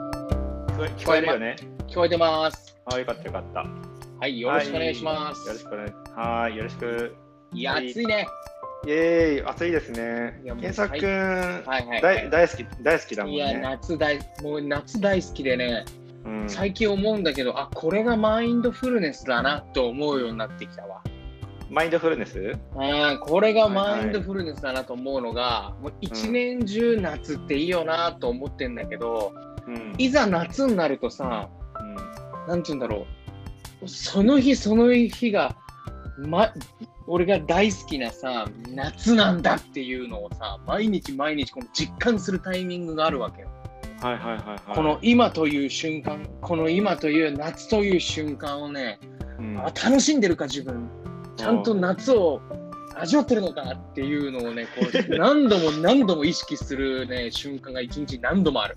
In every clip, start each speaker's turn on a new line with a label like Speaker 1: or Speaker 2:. Speaker 1: こえ聞こえるよね。
Speaker 2: 聞こえてます。
Speaker 1: ああ、よかったよかった。
Speaker 2: はい、よろしくお願いします。
Speaker 1: よろしくお願い。はーい、よろしく。
Speaker 2: いや、暑いね。
Speaker 1: イェーイ、暑いですね
Speaker 2: いや。もう
Speaker 1: 健作くん、
Speaker 2: はいはい、
Speaker 1: 大大好き大好きだもん
Speaker 2: いや、
Speaker 1: ね。
Speaker 2: 夏大、もう夏大好きでね、
Speaker 1: うん、
Speaker 2: 最近思うんだけど、あ、これがマインドフルネスだなと思うようになってきたわ。
Speaker 1: マインドフルネス？
Speaker 2: うん、これがマインドフルネスだなと思うのが、もう一年中夏っていいよなと思ってんだけど、
Speaker 1: うん。
Speaker 2: いざ夏になるとさ、
Speaker 1: うん
Speaker 2: なんて言うんだろう、その日その日が、ま、俺が大好きなさ、夏なんだっていうのをさ、毎日毎日この実感するタイミングがあるわけよ。
Speaker 1: はいはいはいはい。
Speaker 2: この今という瞬間、この今という夏という瞬間をね、
Speaker 1: うん、
Speaker 2: あ楽しんでるか自分、ちゃんと夏を味わってるのかっていうのをね、こう何度も何度も意識するね、瞬間が一日何度もある。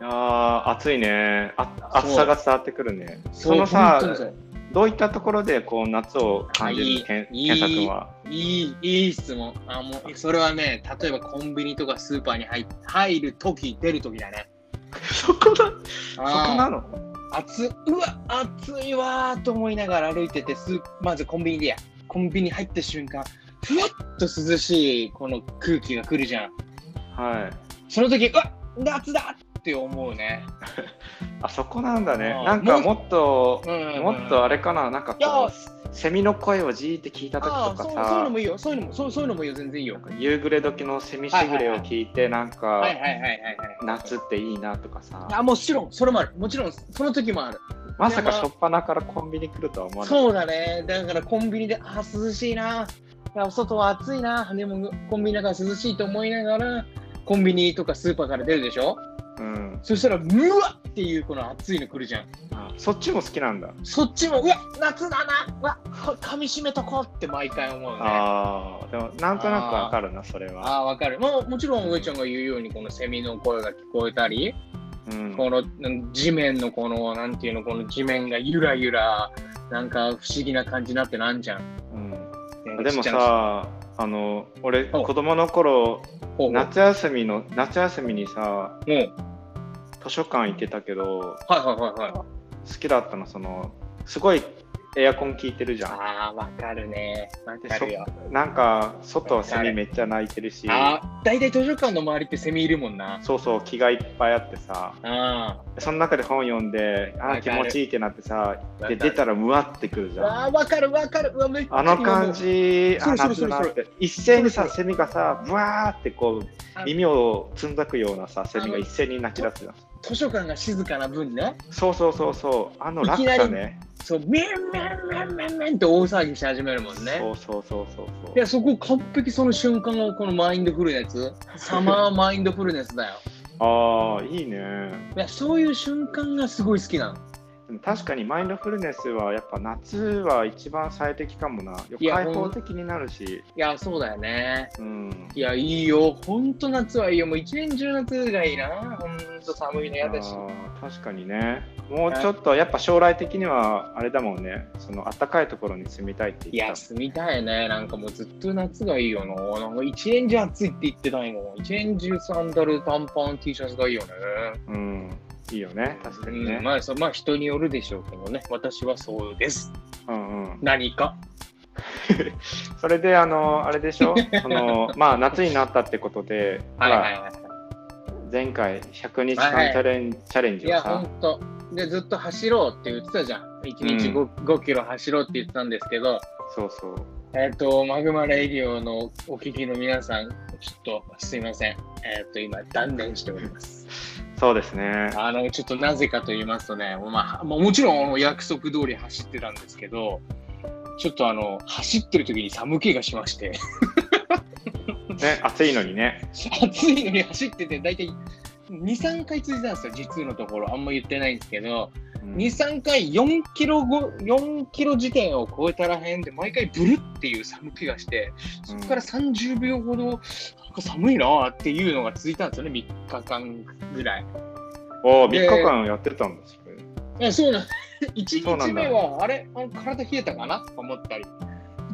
Speaker 1: あー暑いね。あ
Speaker 2: そう
Speaker 1: 暑さが伝わってくるね。その
Speaker 2: 本当にそ
Speaker 1: さ
Speaker 2: う、
Speaker 1: どういったところでこう夏を感じる
Speaker 2: あ
Speaker 1: 健
Speaker 2: いい
Speaker 1: 健作は？
Speaker 2: いい、いい質問。あ、もう、それはね、例えばコンビニとかスーパーに入入るとき、出るときだね。
Speaker 1: そこだ。そこな
Speaker 2: あ
Speaker 1: の？
Speaker 2: ー暑、うわ、暑いわーと思いながら歩いてて、スーまずコンビニでや。コンビニ入った瞬間、ふわっと涼しい、この空気が来るじゃん。
Speaker 1: はい。
Speaker 2: その時、うわ、夏だって思うね。
Speaker 1: あそこなんだね
Speaker 2: あ。ー
Speaker 1: なんかもっと
Speaker 2: うん
Speaker 1: もっとあれかな、なんか
Speaker 2: いや
Speaker 1: こう、セミの声をじーって聞いた時
Speaker 2: ああー、
Speaker 1: と
Speaker 2: そう、
Speaker 1: か
Speaker 2: そういうの
Speaker 1: さ、
Speaker 2: もいいよ。そういうのも、そう、そういうのもいいよ。全然いいよ。
Speaker 1: 夕暮れ時のセミしぐれを聞いて、なん
Speaker 2: は
Speaker 1: か
Speaker 2: いはいはいはいはい。
Speaker 1: 夏っていいなとかさ、
Speaker 2: あ、もちろん、それもある。もちろん、その時もある。
Speaker 1: まさか
Speaker 2: いやまあ
Speaker 1: 初っ端からコンビニ来るとは思わなかっ
Speaker 2: そうだね。だからコンビニで、あー、涼しいな。いや外は暑いな。でもコンビニだから涼しいと思いながら、コンビニとかスーパーから出るでしょ
Speaker 1: た。うん。
Speaker 2: そしたら、うわっていうこの暑いの来るじゃん。
Speaker 1: あそっちも好きなんだ。
Speaker 2: そっちも、うわ夏だな。うわこ噛み締めとこうって毎回思うね。あ
Speaker 1: ああ、でもなんとなくわかるな、それは。
Speaker 2: あー、わかる。もうもちろん、上ちゃんが言うように、このセミの声が聞こえたり、
Speaker 1: うん。
Speaker 2: このうん地面のこの、なんていうの、この地面がゆらゆら、なんか不思議な感じになってなんじゃん。
Speaker 1: うんでも、さ、あの、俺、
Speaker 2: お
Speaker 1: 子供の頃、
Speaker 2: も
Speaker 1: 夏休みの、夏休みにさ、
Speaker 2: うん。
Speaker 1: 図書館行ってたけど、
Speaker 2: はいはいはいはい。
Speaker 1: 好きだったのそのすごいエアコン効いてるじゃん
Speaker 2: ああ、わかるね。わ
Speaker 1: で
Speaker 2: かるよ。
Speaker 1: なんか外はセミめっちゃ鳴いてるし
Speaker 2: ああ、大体図書館の周りってセミいるもんな。
Speaker 1: そうそう気がいっぱいあってさ
Speaker 2: あ
Speaker 1: その中で本読んで
Speaker 2: わか
Speaker 1: あー
Speaker 2: る
Speaker 1: 気持ちいいってなってさ
Speaker 2: わか
Speaker 1: で
Speaker 2: る
Speaker 1: 出たらムワってくるじゃ
Speaker 2: ー
Speaker 1: ん
Speaker 2: あー、わかるわかる。うわめっちゃ
Speaker 1: あの感じ
Speaker 2: 今
Speaker 1: あ
Speaker 2: もうそ
Speaker 1: 夏
Speaker 2: れ
Speaker 1: な
Speaker 2: それ
Speaker 1: っ
Speaker 2: それ
Speaker 1: て一斉に
Speaker 2: そ
Speaker 1: さ
Speaker 2: れそ
Speaker 1: セミがさブワーってこ
Speaker 2: あ
Speaker 1: う耳をつんざくようなさセミが
Speaker 2: あの
Speaker 1: 一斉に鳴き出すじゃん
Speaker 2: 今も図書館が静かな分ね。
Speaker 1: そうそうそうそうあの
Speaker 2: い
Speaker 1: 落
Speaker 2: きなり
Speaker 1: 差ね
Speaker 2: そう、メンメンメンメンメンって大騒ぎし始めるもんね
Speaker 1: そ。うそうそうそうそう
Speaker 2: いや、そこ完璧その瞬間がこのマインドフルネス。サマーマインドフルネスだよ。
Speaker 1: ああいいね
Speaker 2: いや、そういう瞬間がすごい好きなの。
Speaker 1: でも確かにマインドフルネスはやっぱ夏は一番最適かもな。
Speaker 2: いや
Speaker 1: 開放的になるし、
Speaker 2: いや、そうだよね。
Speaker 1: うん。
Speaker 2: いや、いいよ。ほんと夏はいいよ。もう一年中夏がいいな。ほんと寒いの嫌だし
Speaker 1: あ。ー確かにね。もうちょっとやっぱ将来的にはあれだもんね。その暖かいところに住みたいって
Speaker 2: い
Speaker 1: 言
Speaker 2: や、
Speaker 1: って
Speaker 2: 住みたいね。なんかもうずっと夏がいいよな。なんか一年中暑いって言ってないの。一年中サンダル、短パン、T シャツがいいよね。
Speaker 1: た。うん。いいよね。確かに
Speaker 2: うん、
Speaker 1: ね。
Speaker 2: まあそ、まあ人によるでしょうけどね。私はそうです。
Speaker 1: うんうん。
Speaker 2: 何か。
Speaker 1: それであのあれでしょ。そ のまあ夏になったってことで、
Speaker 2: はいはい
Speaker 1: ほ
Speaker 2: は
Speaker 1: ら前回100日
Speaker 2: はいは
Speaker 1: 間
Speaker 2: い
Speaker 1: チャレン,、チャレン
Speaker 2: い。
Speaker 1: ジ
Speaker 2: い
Speaker 1: を
Speaker 2: や、ほ
Speaker 1: さ。
Speaker 2: んと。で、ずっと走ろうって言ってたじゃん。一日 5,、5キロ走ろうって言ってたんですけど、
Speaker 1: そうそう。
Speaker 2: えっ、と、マグマレイディオのお聞きの皆さん、ちょっとすいません。えっ、と、今、断念しております。
Speaker 1: そうですね。
Speaker 2: あの、ちょっとなぜかと言いますとね、まあ、まあもちろんあの約束通り走ってたんですけど、ちょっとあの、走ってる時に寒気がしまして、
Speaker 1: ね暑いのにね。
Speaker 2: 暑いのに走ってて、大体2、3回続いたんですよ、実のところ。あんま言ってないんですけど、
Speaker 1: うん
Speaker 2: 2、3回4キロ後、4キロ時点を超えたらへんで、毎回ブルっていう寒気がして、そこから30秒ほど、なんか寒いなっていうのが続いたんですよね、3日間ぐらい。
Speaker 1: おお、3
Speaker 2: で
Speaker 1: 日間やってたんですね。
Speaker 2: あそうなん 1
Speaker 1: そうな
Speaker 2: 日
Speaker 1: んだ
Speaker 2: 目は、あれあ体冷えたかなと思ったり、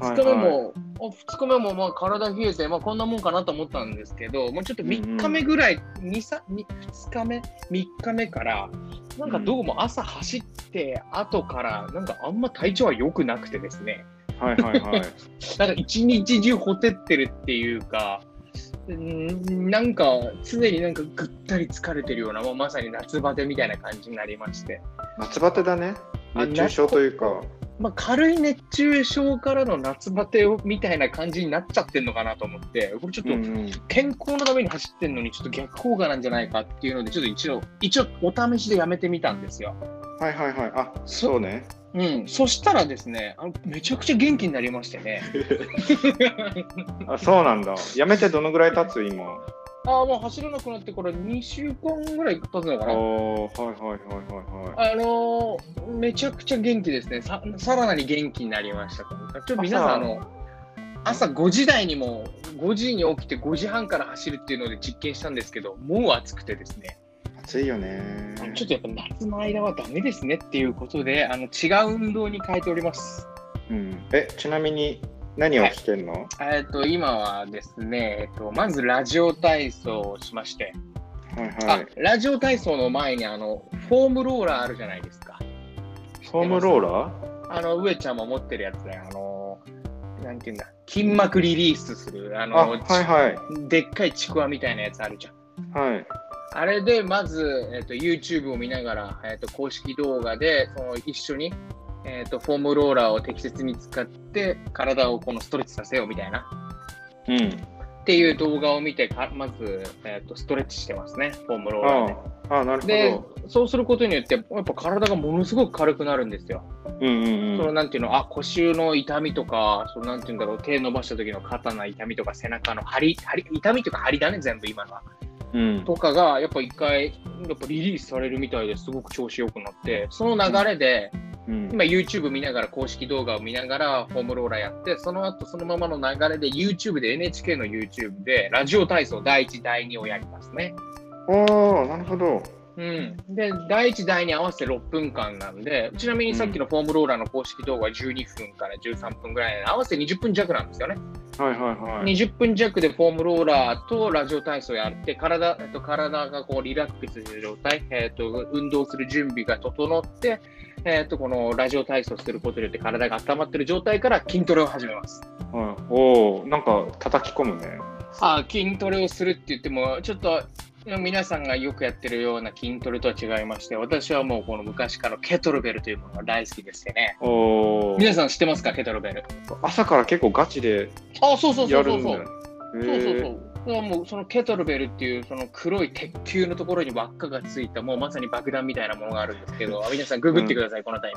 Speaker 1: はい
Speaker 2: 2日目も、お2日目もまあ体冷えて、まあ、こんなもんかなと思ったんですけど、もうちょっと3日目ぐらい、二三二 2, 日目、3日目から、なんかどうも朝走って、後から、なんかあんま体調は良くなくてですね、
Speaker 1: はいはい はい。
Speaker 2: なんか一日中ほてってるっていうか、うんなんか常になんかぐったり疲れてるような、まあまさに夏バテみたいな感じになりまして。
Speaker 1: 夏バテだね。
Speaker 2: あ
Speaker 1: 熱中症というか。
Speaker 2: まあ、軽い熱中症からの夏バテをみたいな感じになっちゃってるのかなと思って、これちょ
Speaker 1: う
Speaker 2: っ
Speaker 1: んう
Speaker 2: と
Speaker 1: ん
Speaker 2: 健康のために走ってるのに、ちょっと逆効果なんじゃないかっていうので、ちょっと一応、一応お試しでやめてみたんですよ。
Speaker 1: はいはいはい。あそうね。
Speaker 2: うん、そしたらですねあの、めちゃくちゃ元気になりましてね、
Speaker 1: あそうなんだ。やめてどのぐらい経つ今。
Speaker 2: ああ、もう走らなくなってから2週間ぐらい経つのか
Speaker 1: あーは
Speaker 2: な。
Speaker 1: いはいはいはいはい。
Speaker 2: あのーめちゃくちゃ元気ですね。ささらなに元気になりました。ちょっと皆さん、
Speaker 1: 朝
Speaker 2: あの、朝5時台にも、5時に起きて5時半から走るっていうので実験したんですけど、もう暑くてですね、
Speaker 1: 暑いよね。
Speaker 2: あのちょっとやっぱ夏の間はダメですねっていうことで、あの違う運動に変えております。
Speaker 1: うん、えちなみに何をしてんの、
Speaker 2: えっと、今はですね、えっと、まずラジオ体操をしまして、
Speaker 1: はいはい。
Speaker 2: あラジオ体操の前にあの、フォームローラーあるじゃないですか。
Speaker 1: フォームローラ
Speaker 2: あの、上ちゃんも持ってるやつね、あの、なんていうんだ、筋膜リリースする、あ
Speaker 1: ーあ
Speaker 2: の、
Speaker 1: はいはい。
Speaker 2: ちでっかいちくわみたいなやつあるじゃん。
Speaker 1: はい。
Speaker 2: あれで、まず、えっと YouTube を見ながら、えっと公式動画でその一緒に、えっとフォームローラーを適切に使って、体をこのストレッチさせようみたいな。
Speaker 1: うん。
Speaker 2: っていう動画を見てか、まず、えっとストレッチしてますね、フォームローラーで。
Speaker 1: あああなるほ
Speaker 2: で
Speaker 1: ど。、
Speaker 2: そうすることによって、やっぱ体がものすごく軽くなるんですよ。
Speaker 1: うんうん
Speaker 2: そうの
Speaker 1: ん。
Speaker 2: なんていうの、あ腰の痛みとか、そのなんていうんだろう、手伸ばした時の肩の痛みとか、背中の張り、張り痛みというか、張りだね、全部今のは。
Speaker 1: うん、
Speaker 2: とかが、やっぱ一回、やっぱリリースされるみたいですごく調子良くなって、その流れで、
Speaker 1: うん、
Speaker 2: 今、YouTube 見ながら、公式動画を見ながら、フォームローラーやって、その後そのままの流れで、YouTube で、NHK の YouTube で、ラジオ体操第1、第2をやりますね。
Speaker 1: おおなるほど。
Speaker 2: うん、で第1、第2合わせて6分間なんで、ちなみにさっきのフォームローラーの公式動画は12分から13分ぐらいで、合わせて20分弱なんですよね。
Speaker 1: はいはいはい。
Speaker 2: 20分弱でフォームローラーとラジオ体操やって、体えっと体がこうリラックスする状態、えっと、運動する準備が整って、えっと、このラジオ体操することによって体が温まってる状態から筋トレを始めます。
Speaker 1: はい、おおなんか叩き込むね。
Speaker 2: あ筋トレをするって言ってもちょっと皆さんがよくやってるような筋トレとは違いまして私はもうこの昔からケトルベルというものが大好きでしてね
Speaker 1: おお
Speaker 2: 皆さん知ってますかケトルベル
Speaker 1: 朝から結構ガチで
Speaker 2: あそうそうそ
Speaker 1: や
Speaker 2: うそ
Speaker 1: る
Speaker 2: うんそ
Speaker 1: だ
Speaker 2: う
Speaker 1: よ。
Speaker 2: そうそうそ
Speaker 1: へ
Speaker 2: う。だからもうそのケトルベルっていうその黒い鉄球のところに輪っかがついたもうまさに爆弾みたいなものがあるんですけど皆さんググってください、このタイ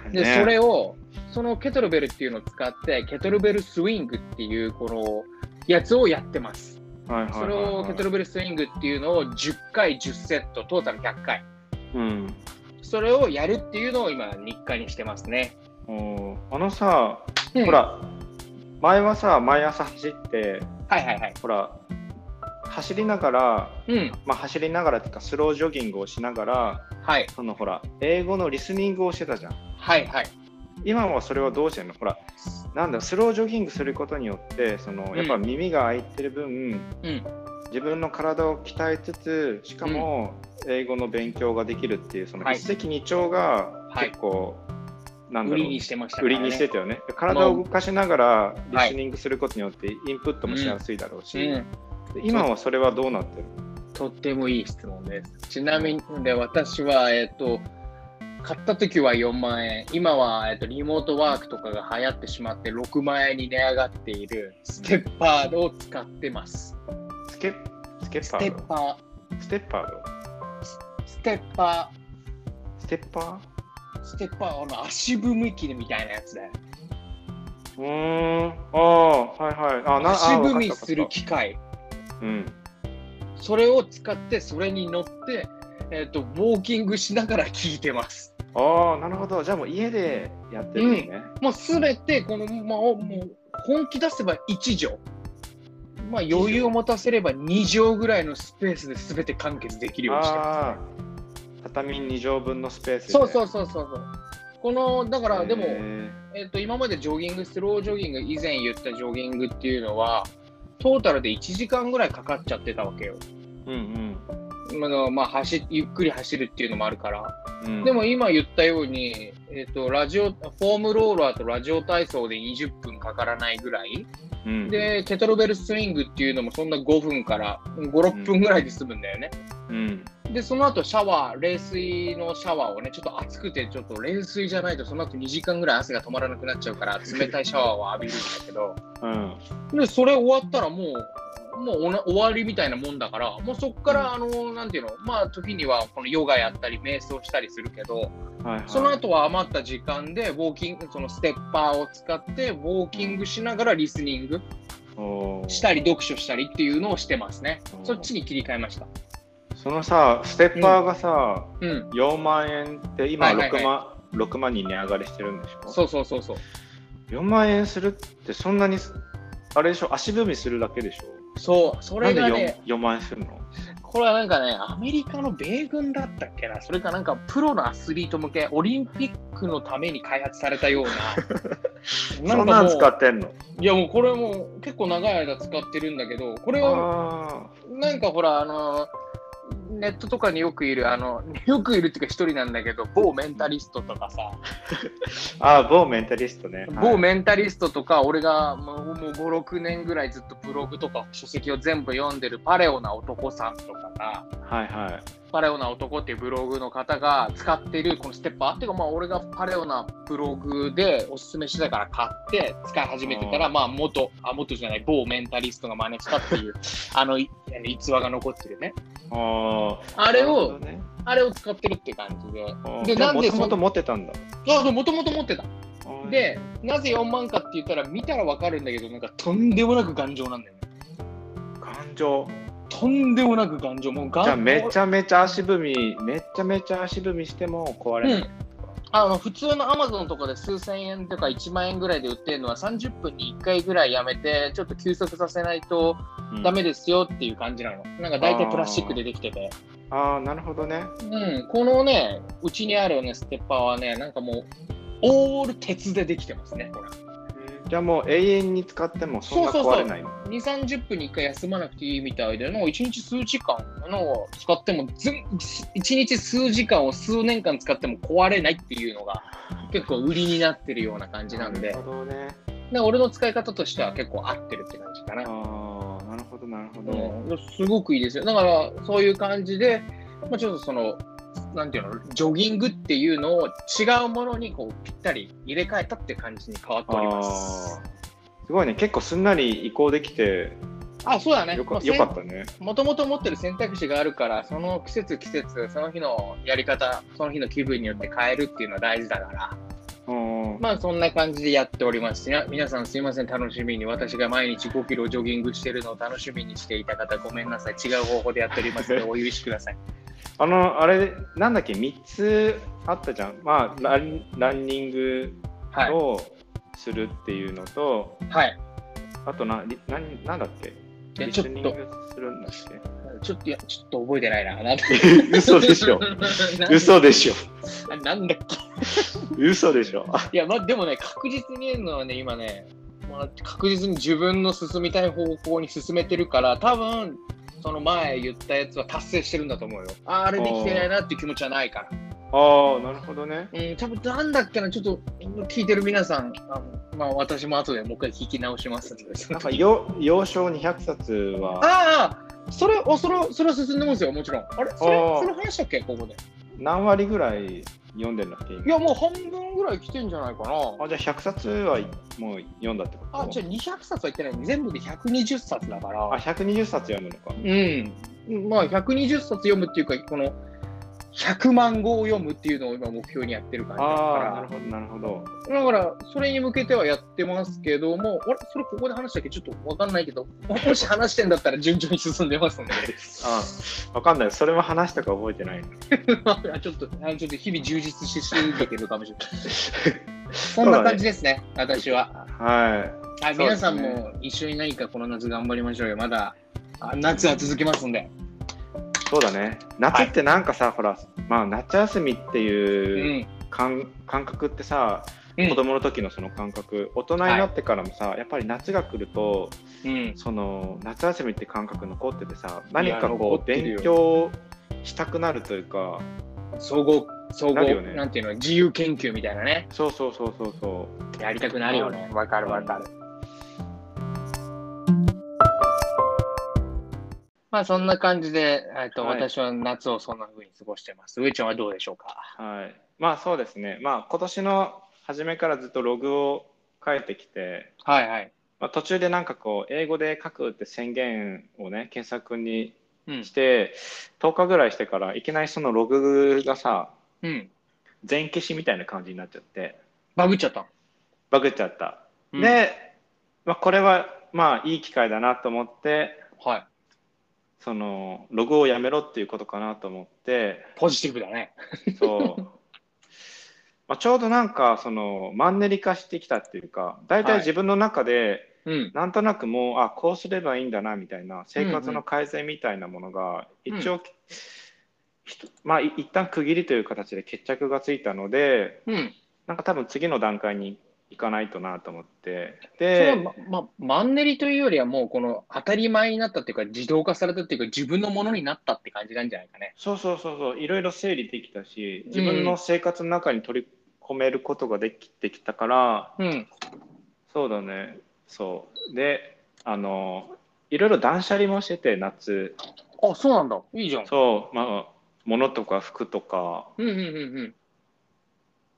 Speaker 2: ミングで。
Speaker 1: ー
Speaker 2: で、
Speaker 1: ね
Speaker 2: それを、そのケトルベルっていうのを使って、ケトルベルスイングっていう、この、やつをやってます。
Speaker 1: はいはいはいはい、
Speaker 2: それを、ケトルベルスイングっていうのを10回、10セット、トータル100回。
Speaker 1: うん。
Speaker 2: それをやるっていうのを今、日課にしてますね。
Speaker 1: おーあのさ、
Speaker 2: うん
Speaker 1: ほ。ら前はさ毎朝走って
Speaker 2: はいはいはい。
Speaker 1: ほら走りながら、
Speaker 2: うん。
Speaker 1: まあ、走りながらっていうかスロージョギングをしながら
Speaker 2: はい。
Speaker 1: そのほら英語のリスニングをしてたじゃん
Speaker 2: はいはい。
Speaker 1: 今はそれはどうしてんのほらなんだスロージョギングすることによってその
Speaker 2: ん
Speaker 1: やっぱ耳が開いてる分、
Speaker 2: うん。
Speaker 1: 自分の体を鍛えつつしかも英語の勉強ができるっていうその
Speaker 2: はい
Speaker 1: 一石二鳥が
Speaker 2: はい
Speaker 1: 結構、なんだ
Speaker 2: 売
Speaker 1: ろう
Speaker 2: りにしてましたか
Speaker 1: 売
Speaker 2: ら、ね。
Speaker 1: りにしてたよね。体を動かしながらリスニングすることによってインプットもしやすいだろうし、
Speaker 2: うん。
Speaker 1: で今はそれはどうなってる
Speaker 2: とってもいい質問です。ちなみにで私は、えっと買った時は4万円、今は、えっとリモートワークとかが流行ってしまって6万円に値上がっているステッパーを使ってます。
Speaker 1: スケスケッ
Speaker 2: ス
Speaker 1: パ
Speaker 2: テ
Speaker 1: ー
Speaker 2: ッ
Speaker 1: ド
Speaker 2: パ
Speaker 1: ステッパード
Speaker 2: ー、ステッパ
Speaker 1: ステッパ
Speaker 2: ー、ステッパー、あの足踏み切りみたいなやつだよ。
Speaker 1: ーうーん。ああ、はいはい。あなあ
Speaker 2: 足踏み
Speaker 1: わかった
Speaker 2: する
Speaker 1: わかっ
Speaker 2: 機械、
Speaker 1: たうん。
Speaker 2: それを使って、それに乗って、えっとウォーキングしながら聞いてます。
Speaker 1: ああ、なるほど。じゃあもう家でやってるのね。
Speaker 2: もうすべてこの、まあ、もう本気出せば1畳、まあ、
Speaker 1: 畳
Speaker 2: 余裕を持たせれば2畳ぐらいのスペースで全て完結できるようにしてま
Speaker 1: ああ、畳2畳分のスペース。
Speaker 2: す。そうそううそうそうそう。この、だから、でも、
Speaker 1: へ
Speaker 2: えっと、今までジョギング、スロージョギング、以前言ったジョギングっていうのは、トータルで1時間ぐらいかかっちゃってたわけよ。
Speaker 1: ーうん
Speaker 2: 今のまあ、走ゆっくり走るっていうのもあるから。
Speaker 1: うんうん
Speaker 2: でも今言ったように、えっとラジオフォームローラーとラジオ体操で20分かからないぐらい、
Speaker 1: うん
Speaker 2: でケトルベルスイングっていうのもそんな5分から56分ぐらいで済むんだよね、
Speaker 1: うん
Speaker 2: でその後シャワー冷水のシャワーをねちょっと熱くてちょっと冷水じゃないとその後2時間ぐらい汗が止まらなくなっちゃうから冷たいシャワーを浴びるんだけど
Speaker 1: うん
Speaker 2: でそれ終わったらもうもうおな終わりみたいなもんだからもうそこからあのなんていうのまあ時にはこのヨガやったり瞑想したりするけど、
Speaker 1: はいはい
Speaker 2: その後は余った時間でウォーキングそのステッパーを使ってウォーキングしながらリスニング
Speaker 1: おー
Speaker 2: したり読書したりっていうのをしてますね
Speaker 1: おー
Speaker 2: そっちに切り替えました
Speaker 1: そのさステッパーがさ、
Speaker 2: うん
Speaker 1: 4万円って今
Speaker 2: はい
Speaker 1: 6万、
Speaker 2: はいはい
Speaker 1: 6万に値上がりしてるんでしょ
Speaker 2: そうそうそうそう
Speaker 1: 4万円するってそんなにあれでしょ足踏みするだけでしょ
Speaker 2: そうそれ
Speaker 1: な
Speaker 2: が
Speaker 1: んで
Speaker 2: ね
Speaker 1: 4, 4万円するの
Speaker 2: これはなんかねアメリカの米軍だったっけなそれかなんかプロのアスリート向けオリンピックのために開発されたような
Speaker 1: そんな
Speaker 2: かも
Speaker 1: ん
Speaker 2: う
Speaker 1: 使ってんの
Speaker 2: いやもうこれもう結構長い間使ってるんだけどこれを
Speaker 1: あ
Speaker 2: なんかほら、あの、ネットとかによくいる、あの、よくいるっていうか一人なんだけど、某メンタリストとかさ、
Speaker 1: ーあー某メンタリストね
Speaker 2: 某
Speaker 1: ン
Speaker 2: メンタリストとか、俺がもうもう5、6年ぐらいずっとブログとか書籍を全部読んでるパレオな男さんとかが、
Speaker 1: はいはい
Speaker 2: パレオな男っていうブログの方が使ってるこのステッパーっていうか、まあ俺がパレオなブログでおすすめしてたから買って使い始めてたら、
Speaker 1: あー
Speaker 2: まあ元、あ、元じゃない、某メンタリストが真似したっていう、あの、いあの逸話が残ってるね。
Speaker 1: あー
Speaker 2: あれ
Speaker 1: なる
Speaker 2: を
Speaker 1: ほど、ね
Speaker 2: あれを使ってるって感じで。
Speaker 1: あー
Speaker 2: で
Speaker 1: じゃあ
Speaker 2: なんで
Speaker 1: もともと持ってたんだ
Speaker 2: あ、でもともと持ってた。
Speaker 1: あー
Speaker 2: で、なぜ4万かって言ったら見たらわかるんだけど、なんかとんでもなく頑丈なんだよね。
Speaker 1: 感情
Speaker 2: とんでもなく頑丈。もう頑
Speaker 1: じゃあめちゃめちゃ足踏みめちゃめちゃ足踏みしても壊れない、
Speaker 2: うんあの普通のアマゾンとかで数千円とか1万円ぐらいで売ってるのは30分に1回ぐらいやめてちょっと休息させないと
Speaker 1: うん
Speaker 2: ダメですよっていう感じなの、なんか大体プラスチックでできてて
Speaker 1: ああなるほどね
Speaker 2: うんこのねうちにあるねステッパーはねなんかもうオール鉄でできてますねこれ
Speaker 1: じゃあもう永遠に使ってもそんな壊れないの
Speaker 2: 2、30分に1回休まなくていいみたいでの、1日数時間の使ってもずん、1日数時間を数年間使っても壊れないっていうのが結構売りになってるような感じなんで、
Speaker 1: なるほどね
Speaker 2: で俺の使い方としては結構合ってるって感じかな。
Speaker 1: ああなるほどなるほど、
Speaker 2: うん、すごくいいですよ。だからそういう感じで、まあ、ちょっとその、なんていうの、ジョギングっていうのを違うものにこうぴったり入れ替えたって感じに変わっておりま
Speaker 1: あ
Speaker 2: す。
Speaker 1: ーすごいね結構すんなり移行できて
Speaker 2: あそうだね。
Speaker 1: よか,、
Speaker 2: まあ
Speaker 1: よかったね
Speaker 2: もともと持ってる選択肢があるから、その季節、季節、その日のやり方、その日の気分によって変えるっていうのは大事だから、
Speaker 1: うん
Speaker 2: まあそんな感じでやっておりますしな皆さんすいません、楽しみに、私が毎日5キロジョギングしてるのを楽しみにしていた方、ごめんなさい、違う方法でやっておりますので、お許しください。
Speaker 1: あのあれなんだっけ3つあったじゃんまあランランニング
Speaker 2: はい。
Speaker 1: をするっていうのと、
Speaker 2: はい。
Speaker 1: あとなリ何なんだっけ
Speaker 2: え
Speaker 1: リ
Speaker 2: ち
Speaker 1: ス
Speaker 2: ょっ
Speaker 1: ニン
Speaker 2: と、
Speaker 1: グするんだっけ
Speaker 2: ちょっと、いや、ちょっと覚えてないな。なんだ
Speaker 1: 嘘でしょ
Speaker 2: なん
Speaker 1: 嘘でしょ
Speaker 2: あなんだっ け
Speaker 1: 嘘でしょ
Speaker 2: いや、まあ、でもね、確実に言えるのはね、今ね、まあ、確実に自分の進みたい方向に進めてるから、多分その前言ったやつは達成してるんだと思うよ。あーあれできてないなっていう気持ちはないから。
Speaker 1: ああなるほどね
Speaker 2: うん、多分なんだっけな、ちょっと聞いてる皆さん、あのまあ、私も後でもう一回聞き直しますんで。
Speaker 1: なんかよ要所200冊は
Speaker 2: ああ、それ、おそれ、それは進んでますよ、もちろん。あれそれ
Speaker 1: あー、
Speaker 2: それ話したっけ、ここで。
Speaker 1: 何割ぐらい読んでんだっけ
Speaker 2: い
Speaker 1: 今
Speaker 2: や、もう半分ぐらい来てんじゃないかな。
Speaker 1: あじゃあ100冊はもう読んだってこと
Speaker 2: あ、じゃあ200冊はいってない。全部で120冊だから。
Speaker 1: あ120冊読むのか
Speaker 2: うん、まあ120冊読むっていうか、この100万語を読むっていうのを今目標にやってる感じだ
Speaker 1: ああなる
Speaker 2: か
Speaker 1: ほどなるほど
Speaker 2: ら、だからそれに向けてはやってますけども、あれ、それここで話したっけちょっとわかんないけど、もし話してんだったら順調に進んでますので、
Speaker 1: あわかんないそれも話したか覚えてないな
Speaker 2: ちょっと、あのちょっと日々充実しすぎてるかもしれない。そんな感じですね、私は。
Speaker 1: はい
Speaker 2: あ
Speaker 1: そうで
Speaker 2: 皆
Speaker 1: す
Speaker 2: さ
Speaker 1: ね
Speaker 2: んも一緒に何かこの夏頑張りましょうよ。まだあ夏は続きますんで。
Speaker 1: そうだね夏ってなんかさ、ほらまあ夏休みって
Speaker 2: う。
Speaker 1: いうん感感覚ってさ
Speaker 2: うん
Speaker 1: 子供の時のその感覚、大人になってからもさ、やっぱり夏が来ると
Speaker 2: うん
Speaker 1: その夏休みって感覚残っててさ何か
Speaker 2: 残
Speaker 1: こ
Speaker 2: っ
Speaker 1: う
Speaker 2: てるよ
Speaker 1: 勉強したくなるというか
Speaker 2: 総合総合
Speaker 1: なるよね
Speaker 2: なんていうの自由研究みたいなね
Speaker 1: そうそうそうそうそ
Speaker 2: やりたくなるよねわかるわかるまあそんな感じで、えっと
Speaker 1: はい
Speaker 2: 私は夏をそんな風に過ごしてます上ちゃんはどうでしょうか
Speaker 1: うはいまあそうですねまあ今年の初めからずっとログを書いてきて、
Speaker 2: はいはい
Speaker 1: まあ、途中でなんかこう英語で書くって宣言をね検索に
Speaker 2: うん
Speaker 1: して10日ぐらいしてからいきなりそのログがさ
Speaker 2: うん
Speaker 1: 全消しみたいな感じになっちゃって
Speaker 2: バグっちゃったの
Speaker 1: バグっちゃった
Speaker 2: うん
Speaker 1: で、まあ、これはまあいい機会だなと思って
Speaker 2: はい
Speaker 1: そのログをやめろっていうことかなと思って
Speaker 2: ポジティブだね
Speaker 1: そうまあちょうどなんかそのマンネリ化してきたっていうか大
Speaker 2: はい
Speaker 1: 体自分の中で、
Speaker 2: うん
Speaker 1: なんとなくもうあこうすればいいんだなみたいな生活の改善みたいなものが
Speaker 2: うん
Speaker 1: 一応、ひとまあい一旦区切りという形で決着がついたので
Speaker 2: うん
Speaker 1: なんか多分次の段階に行かないとなと思って
Speaker 2: それは
Speaker 1: で
Speaker 2: ま、ま、マンネリというよりは、もうこの当たり前になったっていうか、自動化されたっていうか、自分のものになったって感じなんじゃないかね。
Speaker 1: そうそうそうそういろいろ整理できたし自分の生活の中に取り込めることができてきたから、
Speaker 2: うん。
Speaker 1: そうだねそうであのいろいろ断捨離もしてて夏
Speaker 2: あ、そうなんだ。いいじゃん。
Speaker 1: そうまあ物とか服とか
Speaker 2: うんうんうん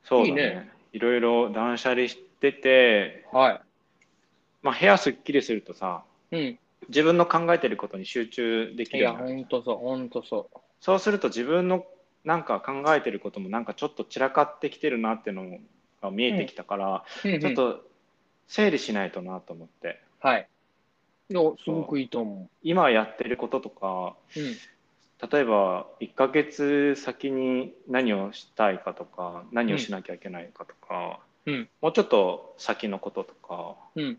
Speaker 1: そうだ
Speaker 2: いい
Speaker 1: ね
Speaker 2: ね
Speaker 1: いろいろ断捨離してて、
Speaker 2: うん。は
Speaker 1: まあ、部屋すっきりするとさ
Speaker 2: い。うん。
Speaker 1: 自分の考えてることに集中でき
Speaker 2: い
Speaker 1: る
Speaker 2: や、
Speaker 1: よ
Speaker 2: ほ
Speaker 1: ね
Speaker 2: んとそう、ほんとそ
Speaker 1: そうすると自分のなんか考えてることもなんかちょっと散らかってきてるなっていうのが見えてきたから、
Speaker 2: う。うんうん
Speaker 1: ちょっ。と整理しないとなと思って
Speaker 2: はい。いや、すごくいいと思
Speaker 1: 今やってることとか
Speaker 2: う。うん。
Speaker 1: 例えば1ヶ月先に何をしたいかとか何をしなきゃいけないかとか、
Speaker 2: うん
Speaker 1: もうちょっと先のこととか
Speaker 2: うん。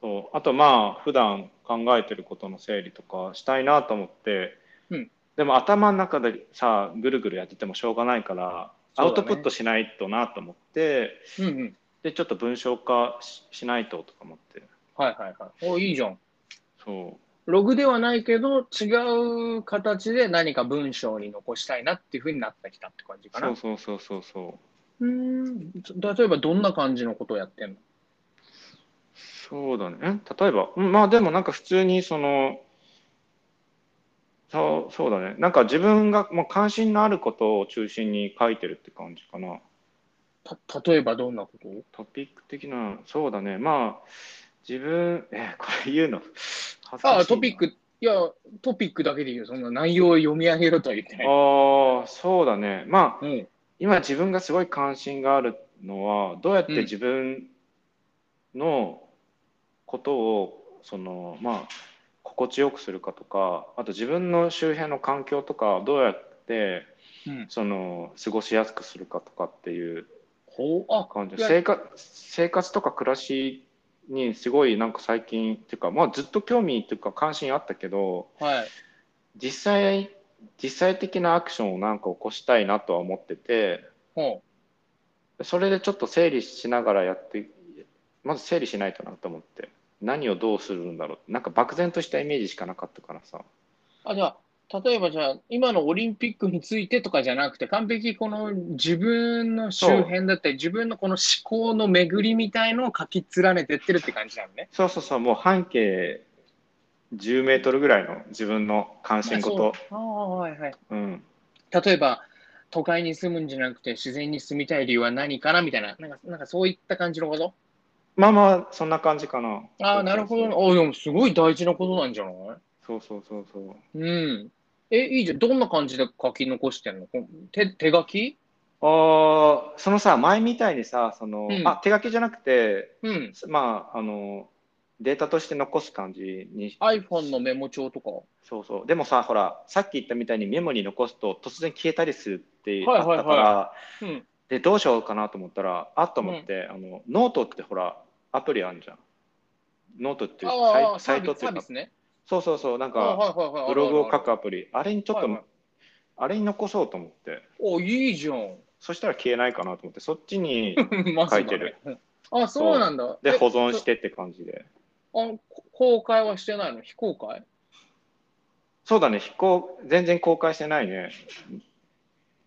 Speaker 1: そうあとまあ普段考えてることの整理とかしたいなと思って、
Speaker 2: うん
Speaker 1: でも頭の中でさぐるぐるやっててもしょうがないから、
Speaker 2: そうだね
Speaker 1: アウトプットしないとなと思って
Speaker 2: うんうん。
Speaker 1: でちょっと文章化ししないととか思って
Speaker 2: はいはいはい。お、いいじゃん。
Speaker 1: そ
Speaker 2: ログではないけど、違う形で何か文章に残したいなっていうふうになってきたって感じ
Speaker 1: う
Speaker 2: かな。
Speaker 1: そううそうそうそうそう
Speaker 2: ーん。例えば、どんな感じのことをやってんの
Speaker 1: そうだねん例えばうんまあでもなんか普通にそのそうそうだねなんか自分がもう関心のあることを中心に書いてるって感じかな。
Speaker 2: た例えばどんなこと
Speaker 1: トピック的な、そうだね、まあ、自分、え、これ言うの、恥ずかしい
Speaker 2: あ
Speaker 1: な
Speaker 2: あ、トピッ。ク、いや、トピックだけでいいよ。そんな内容を読み上げろとは言ってない。
Speaker 1: ああ、そうだね、まあ、
Speaker 2: うん、
Speaker 1: 今、自分がすごい関心があるのは、どうやって
Speaker 2: うん
Speaker 1: 自分のことを、その、まあ、心地よくするかとか、あと自分の周辺の環境とか、どうやって、
Speaker 2: うん。
Speaker 1: その、過ごしやすくするかとかっていう
Speaker 2: ほう、あ、
Speaker 1: 感じ
Speaker 2: いや
Speaker 1: 生活生活とか暮らしにすごいなんか最近っていうか、まあ、ずっと興味っていうか関心あったけど
Speaker 2: はい。
Speaker 1: 実際実際的なアクションをなんか起こしたいなとは思ってて
Speaker 2: ほ
Speaker 1: それでちょっと整理しながらやってまず整理しないとなと思って何をどうするんだろうなんか漠然としたイメージしかなかったからさ
Speaker 2: う。あ、じゃあ、例えばじゃあ、今のオリンピックについてとかじゃなくて、完璧にこの自分の周辺だったり、自分のこの思考の巡りみたいのを書き連ねてってるって感じなのね。
Speaker 1: そうそうそうもう半径10メートルぐらいの自分の関心事、
Speaker 2: ああ、はいはい。
Speaker 1: うん、
Speaker 2: 例えば、都会に住むんじゃなくて、自然に住みたい理由は何かなみたいな、なんか、なんかそういった感じのこと
Speaker 1: まあまあそんな感じかな
Speaker 2: ああ、なるほどね。ああ、でもすごい大事なことなんじゃない
Speaker 1: そうそうそうそう
Speaker 2: うん。え、いいじゃん。どんな感じで書き残してんのこう手手書き
Speaker 1: あーそのさ前みたいにさその、
Speaker 2: うん
Speaker 1: あ手書きじゃなくて
Speaker 2: うん。
Speaker 1: まああのデータとして残す感じに
Speaker 2: iPhone のメモ帳とか。
Speaker 1: そうそうでもさほらさっき言ったみたいにメモに残すと突然消えたりするって
Speaker 2: はい
Speaker 1: あっ
Speaker 2: はいはい
Speaker 1: たから、
Speaker 2: うん。
Speaker 1: でどうしようかなと思ったらあっと思って、あのノートってほらアプリあるじゃんノートっていうサイ
Speaker 2: ああ、サ
Speaker 1: サ
Speaker 2: ー
Speaker 1: イ
Speaker 2: ビ
Speaker 1: トっ
Speaker 2: ス
Speaker 1: てい
Speaker 2: サー
Speaker 1: う
Speaker 2: ビ
Speaker 1: か
Speaker 2: スね。
Speaker 1: そうそうそうなん
Speaker 2: ああ
Speaker 1: か
Speaker 2: はいはいはい。
Speaker 1: ブログを書く
Speaker 2: ある
Speaker 1: アプリあれにちょっと、
Speaker 2: はいはい
Speaker 1: あれに残そうと思って
Speaker 2: あるある。お、いいじゃん。
Speaker 1: そしたら消えないかなと思ってそっちに
Speaker 2: まあそう
Speaker 1: 書
Speaker 2: だね
Speaker 1: いてる。
Speaker 2: あ、そうなんだ。
Speaker 1: で
Speaker 2: え
Speaker 1: 保存してって感じで
Speaker 2: あこ公開はしてないの非公開
Speaker 1: そうだね非公全然公開してないね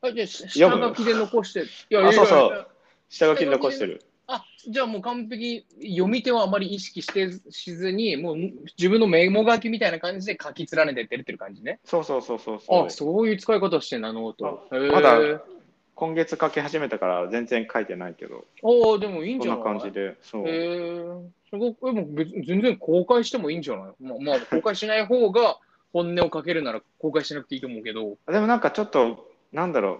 Speaker 2: あじゃあし下
Speaker 1: 読む
Speaker 2: 書きで残してる。いや
Speaker 1: あそうそう
Speaker 2: いやいや
Speaker 1: 下書きに残してる
Speaker 2: あじゃあもう完璧に読み手はあまり意識してしずに、もう自分のメモ書きみたいな感じで書き連ねてってるってる感じね。
Speaker 1: そうそうそうそうそう
Speaker 2: あそういう使い方してんだ、ノート。へー
Speaker 1: まだ今月書き始めたから全然書いてないけど
Speaker 2: おお、でもいいん
Speaker 1: こ
Speaker 2: じ
Speaker 1: ん
Speaker 2: ゃな
Speaker 1: ない感じでそう、
Speaker 2: へえ、すごく、でも別に全然公開してもいいんじゃないまあ、まあ、公開しない方が本音をかけるなら公開しなくていいと思うけど。
Speaker 1: でもなんかちょっとなんだろう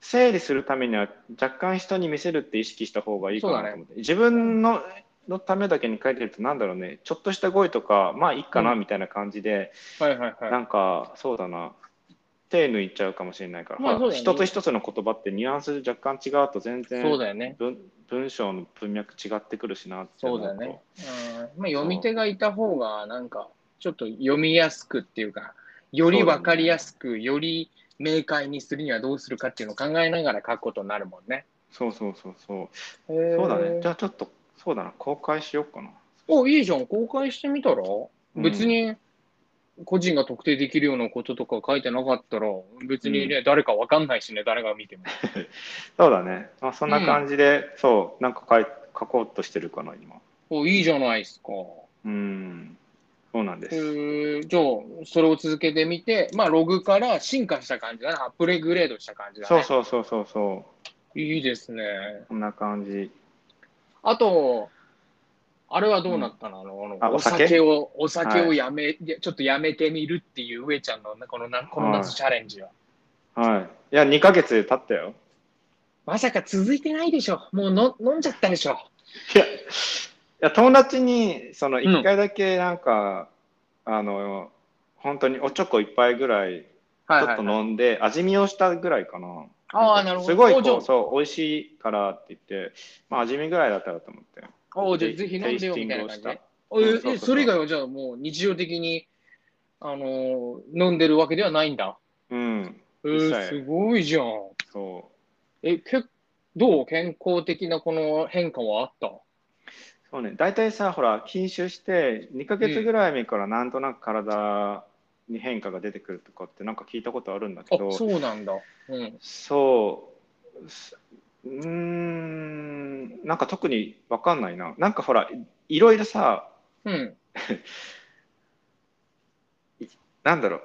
Speaker 1: 整理するためには若干人に見せるって意識した方がいいか
Speaker 2: そう
Speaker 1: な
Speaker 2: だ
Speaker 1: と
Speaker 2: ね
Speaker 1: 思って、自分ののためだけに書いてるとなんだろうねちょっとした語彙とかまあいいかなみたいな感じで、
Speaker 2: はいはい
Speaker 1: な
Speaker 2: は
Speaker 1: んかそうだな手抜いちゃうかもしれないから、
Speaker 2: まあそうだよね
Speaker 1: 一つ一つの言葉ってニュアンス若干違うと全
Speaker 2: い。
Speaker 1: 然
Speaker 2: そうだよね。
Speaker 1: 文文章の文脈違ってくるしなって
Speaker 2: そ
Speaker 1: 思
Speaker 2: う
Speaker 1: と
Speaker 2: だよね。うんまあ、読み手がいた方が、なんか、ちょっと読みやすくっていうか、より分かりやすく、より明快にするにはどうするかっていうのを考えながら書くことになるもんね。
Speaker 1: そうそうそうそう
Speaker 2: そ
Speaker 1: そうだねじゃあちょっとそうだな公開しようかな
Speaker 2: お、いいじゃん。公開してみたら
Speaker 1: ん
Speaker 2: 別に個人が特定できるようなこととか書いてなかったら、別にね、誰かわかんないしね、誰が見 ても。
Speaker 1: そうだね、まあ、そんな感じで、そうなんか書い書こうとしてるかな今
Speaker 2: お、いいじゃないですか。
Speaker 1: うんそうなんです、
Speaker 2: えーじゃあ、それを続けてみて、まあ、ログから進化した感じだな。アップレグレードした感じだね。
Speaker 1: そうそうそうそうそ
Speaker 2: いいですね。
Speaker 1: うこんな感じ
Speaker 2: あと、あれはどうなったの、あの、あ
Speaker 1: あ
Speaker 2: のお
Speaker 1: お酒
Speaker 2: 酒を、お酒を
Speaker 1: はい
Speaker 2: やめ、いやちょっとやめてみるっていう上ちゃんの、このなこの夏チャレンジは。
Speaker 1: はいいや2ヶ月経ったよ
Speaker 2: まさか続いてないでしょ。もうの飲んじゃったでしょ。
Speaker 1: いやいや友達にその
Speaker 2: ん
Speaker 1: 1回だけなんか、あの本当におちょこ一杯ぐらいち
Speaker 2: は
Speaker 1: ょっと飲んで、味見をしたぐらいかな
Speaker 2: ああ、なるほど。
Speaker 1: すごい
Speaker 2: おじゃ
Speaker 1: こ
Speaker 2: あ
Speaker 1: うそう美味しいからって言って、まあ、味見ぐらいだったらと思って
Speaker 2: おじゃあぜひ飲んでよ
Speaker 1: テイ
Speaker 2: み
Speaker 1: スティング
Speaker 2: たいな
Speaker 1: を
Speaker 2: 感
Speaker 1: し
Speaker 2: じ
Speaker 1: た
Speaker 2: で。おえ
Speaker 1: うんそうそう
Speaker 2: え
Speaker 1: そう
Speaker 2: それ以外はじゃあもう日常的に、あのー飲んでるわけではないんだ。
Speaker 1: うん
Speaker 2: え
Speaker 1: 一切
Speaker 2: ー、すごいじゃん。
Speaker 1: そう
Speaker 2: え、けどう健康的なこの変化はあった
Speaker 1: そうね、大体さ、ほら、禁酒して、2ヶ月ぐらい目からなんとなく体に変化が出てくるとかって、なんか聞いたことあるんだけど、
Speaker 2: あ、そうなんだ。うん。
Speaker 1: そう、すうーん、なんか特に分かんないな。なんかほら、いいろいろさ、
Speaker 2: うん。
Speaker 1: なんだろう、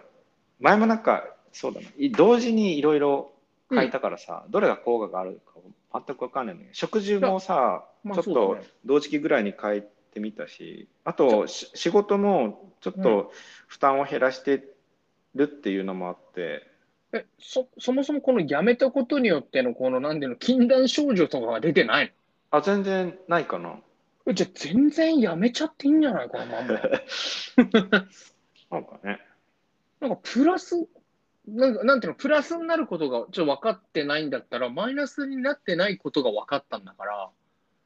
Speaker 1: 前もなんか、そうだな、い同時にいろいろ変えたからさ、どれが効果があるか全く分かんないんだけど、食事もさ、
Speaker 2: まあ
Speaker 1: ちょっ
Speaker 2: そう
Speaker 1: と
Speaker 2: だね
Speaker 1: 同時期ぐらいに変えてみたし、あとし仕事もちょっと負担を減らしてるっていうのもあって、
Speaker 2: えそそもそもこのやめたことによってのこのなんていうの禁断症状とかは出てない
Speaker 1: あ、全然ないかな。
Speaker 2: のえじゃあ全然やめちゃっていいんじゃないこのまんま
Speaker 1: なんかね。
Speaker 2: なんかプラス、なんかなんていうの、プラスになることがちょっと分かってないんだったら、マイナスになってないことが分かったんだから、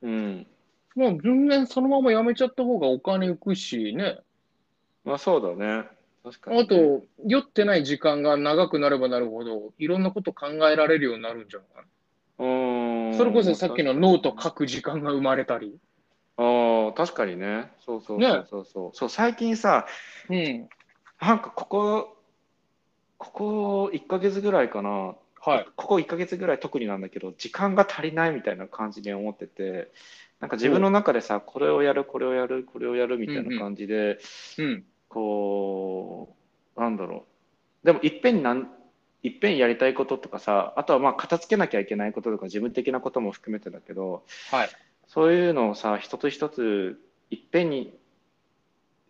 Speaker 1: うん。
Speaker 2: もう全然そのままやめちゃった方がお金浮くしね、
Speaker 1: まあそうだね。確かに。
Speaker 2: あ、と、酔ってない時間が長くなればなるほど、いろんなこと考えられるようになるんじゃないか
Speaker 1: うーん。
Speaker 2: な。それこそさっきのノート書く時間が生まれたり。
Speaker 1: ああ、確かにね。そうそうそうそうそう。そう、最近さ、
Speaker 2: うん。
Speaker 1: なんかここ、ここ1ヶ月ぐらいかな。
Speaker 2: はい。
Speaker 1: ここ1ヶ月ぐらい特になんだけど時間が足りないみたいな感じで思っててなんか自分の中でさこれをやるこれをやるこれをやるみたいな感じで、
Speaker 2: うん。
Speaker 1: こうなんだろうでもいっぺんになんいっぺんやりたいこととかさあとはまあ片付けなきゃいけないこととか自分的なことも含めてだけど
Speaker 2: はい。
Speaker 1: そういうのをさ一つ一ついっぺんに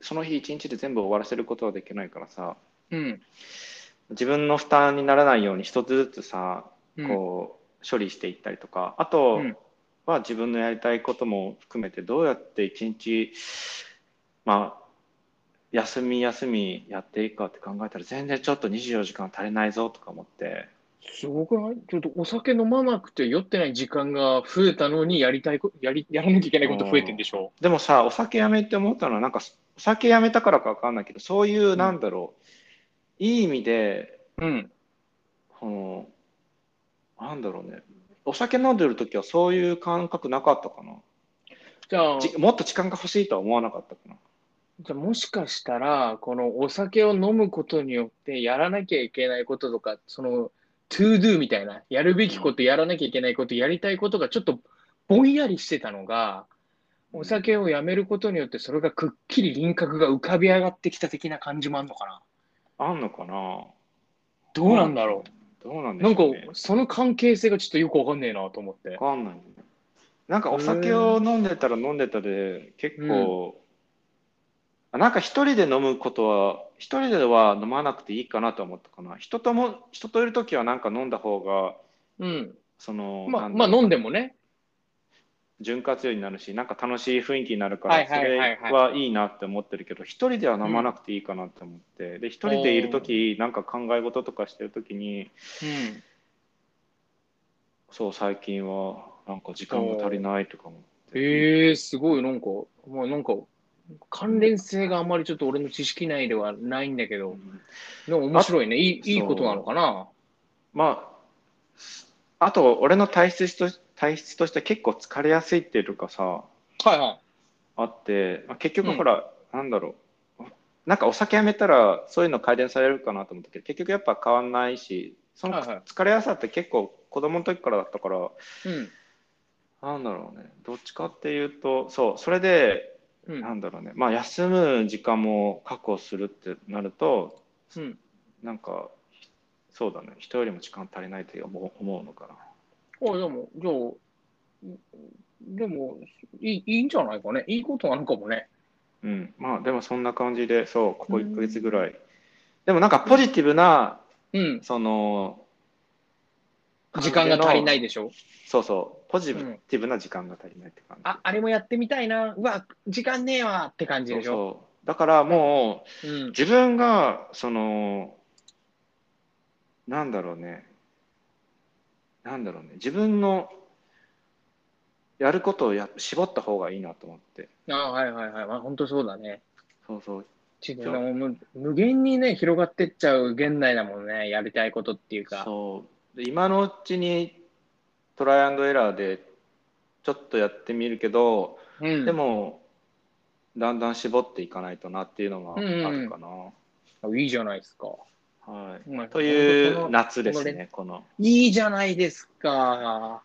Speaker 1: その日一日で全部終わらせることはできないからさ
Speaker 2: うん。
Speaker 1: 自分の負担にならないように一つずつさ
Speaker 2: うん
Speaker 1: こう処理していったりとか、あと
Speaker 2: うん
Speaker 1: は自分のやりたいことも含めてどうやって一日まあ休み休みやっていくかって考えたら全然ちょっと24時間足りないぞとか思って
Speaker 2: すごくないちょっとお酒飲まなくて酔ってない時間が増えたのにやりたいこやり、やらなきゃいけないこと増えてんでしょ
Speaker 1: でもさお酒やめって思ったのはなんかお酒やめたからか分かんないけどそういうなんだろう、いい意味で
Speaker 2: うん。
Speaker 1: このなんだろうね。お酒飲んでる時はそういう感覚なかったかな。
Speaker 2: じゃあ、
Speaker 1: じもっと時間が欲しいとは思わなかったかな。
Speaker 2: じゃあもしかしたら、このお酒を飲むことによってやらなきゃいけないこととか、その、トゥードゥみたいな、やるべきこと、やらなきゃいけないこと、やりたいことがちょっとぼんやりしてたのが、お酒をやめることによってそれがくっきり輪郭が浮かび上がってきた的な感じもあるのかな。
Speaker 1: あんのかな
Speaker 2: どうなんだろ
Speaker 1: う。どうなん
Speaker 2: う。
Speaker 1: で
Speaker 2: なん
Speaker 1: し
Speaker 2: か
Speaker 1: ょう、ね。
Speaker 2: その関係性がちょっとよくわかんねえなと思って。
Speaker 1: わかんないね。なんかお酒を飲んでたら飲んでたで結構、あなんか一人で飲むことは一人では飲まなくていいかなと思ったかな人とも人といる時はなんか飲んだ方が
Speaker 2: うん。
Speaker 1: その、
Speaker 2: まあ、
Speaker 1: なんだ
Speaker 2: まあ飲んでもね。
Speaker 1: 潤滑油になるしなんか楽しい雰囲気になるから、
Speaker 2: はいはいはいはい
Speaker 1: それはいいなって思ってるけど一人では飲まなくていいかなって思って、で一人でいる時なんか考え事とかしてる時に
Speaker 2: うん。
Speaker 1: そう最近はなんか時間が足りないとかも。
Speaker 2: ええすごい、なんか、まあなんか、関連性があまりちょっと俺の知識内ではないんだけ
Speaker 1: う
Speaker 2: ど、
Speaker 1: ん
Speaker 2: でも面白いね。いい、いい
Speaker 1: そう
Speaker 2: ことなのかな。
Speaker 1: まあ、あと、俺の体質と体質として結構疲れやすいっていうかさ、
Speaker 2: はいはい。
Speaker 1: あって、まあ、結局
Speaker 2: うん
Speaker 1: ほら、なんだろう、なんかお酒やめたらそういうの改善されるかなと思ったけど、結局やっぱ変わんないし、その
Speaker 2: はいはい
Speaker 1: 疲れやすさって結構子供の時からだったから、
Speaker 2: うん。
Speaker 1: なんだろうね、どっちかっていうと、そう、それで、
Speaker 2: うん。
Speaker 1: なんだろうね、まあ休む時間も確保するってなると、
Speaker 2: うん、
Speaker 1: なんか、そうだね、人よりも時間足りないって思う思うのかな。
Speaker 2: あ、でも、じゃあ、でもいい、いいんじゃないかね。いいことなのかもね。
Speaker 1: うん、まあでもそんな感じでそうここ1ヶ月ぐらい、でもなんかポジティブな
Speaker 2: うん。
Speaker 1: その
Speaker 2: 時間が足りない
Speaker 1: で
Speaker 2: でしょ。
Speaker 1: そうそうポジティブな時間が足りないって感じ、
Speaker 2: あ、あれもやってみたいな。うわ、時間ねえわって感じ
Speaker 1: そ
Speaker 2: で
Speaker 1: う
Speaker 2: しょ。
Speaker 1: そうだからもう
Speaker 2: うん。
Speaker 1: 自分がそのなんだろうねなんだろうね自分のやることをや絞った方がいいなと思って
Speaker 2: あはいはいはい。まあ、本当そうだね。
Speaker 1: そうそう
Speaker 2: 自分はもう無無限にね、広がってっちゃう現代だもんね。やりたいことっていうか。
Speaker 1: そうで今のうちにトライアンドエラーでちょっとやってみるけど、
Speaker 2: うん。
Speaker 1: でもだんだん絞っていかないとなっていうのがあるかな。
Speaker 2: いいじゃないですか。
Speaker 1: はい、
Speaker 2: まあ
Speaker 1: とい
Speaker 2: こ
Speaker 1: う
Speaker 2: の
Speaker 1: 夏ですね、この。
Speaker 2: いいじゃないですか。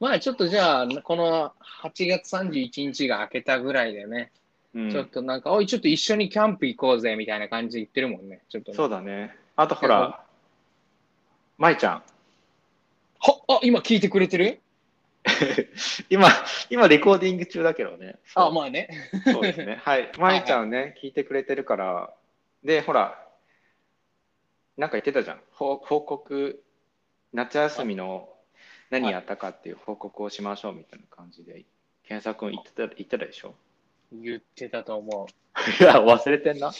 Speaker 2: まあちょっとじゃあ、この8月31日が明けたぐらいでね、
Speaker 1: うん
Speaker 2: ちょっとなんか、おい、ちょっと一緒にキャンプ行こうぜみたいな感じで言ってるもんね。ちょっとね、
Speaker 1: そうだね。あとほら、舞ちゃん。
Speaker 2: はあ今聞いてくれてる
Speaker 1: 今、今レコーディング中だけどね。
Speaker 2: あ、まあね。
Speaker 1: そうですね。はい。舞ちゃんね、聞いてくれてるから。で、ほら、なんか言ってたじゃん。報報告、夏休みの何やったかっていう報告をしましょうみたいな感じで、検索君言ってた言ってたでしょ。
Speaker 2: 言ってたと思う。
Speaker 1: いや、忘れてんな。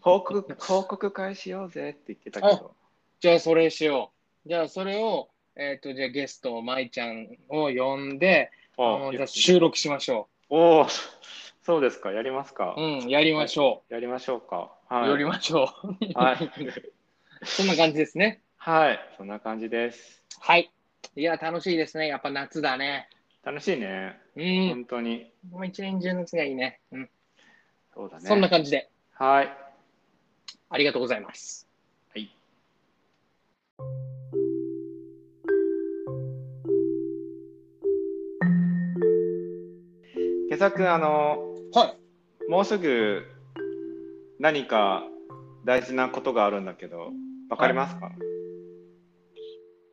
Speaker 1: 報告、報告会しようぜって言ってたけど。
Speaker 2: じゃあそれしよう。じゃあそれを、えっ、と、じゃあゲスト、舞ちゃんを呼んで、あ
Speaker 1: あ
Speaker 2: のじゃあ収録しましょ
Speaker 1: おお、そうですか。やりますか
Speaker 2: う。。うん、やりましょ
Speaker 1: やりましょうか。
Speaker 2: う。
Speaker 1: はい。
Speaker 2: やりましょう。
Speaker 1: はい。
Speaker 2: そんな感じですね。
Speaker 1: はい。そんな感じです。
Speaker 2: はい。いや、楽しいですね。やっぱ夏だね。
Speaker 1: 楽しいね。
Speaker 2: うん。
Speaker 1: 本当に。
Speaker 2: もう一年中夏がいいね。うん。
Speaker 1: そうだね。
Speaker 2: そんな感じで、
Speaker 1: はい。
Speaker 2: ありがとうございます。
Speaker 1: はい。けさくん、あの、
Speaker 2: はい。
Speaker 1: もうすぐ何か大事なことがあるんだけど、わかりますか、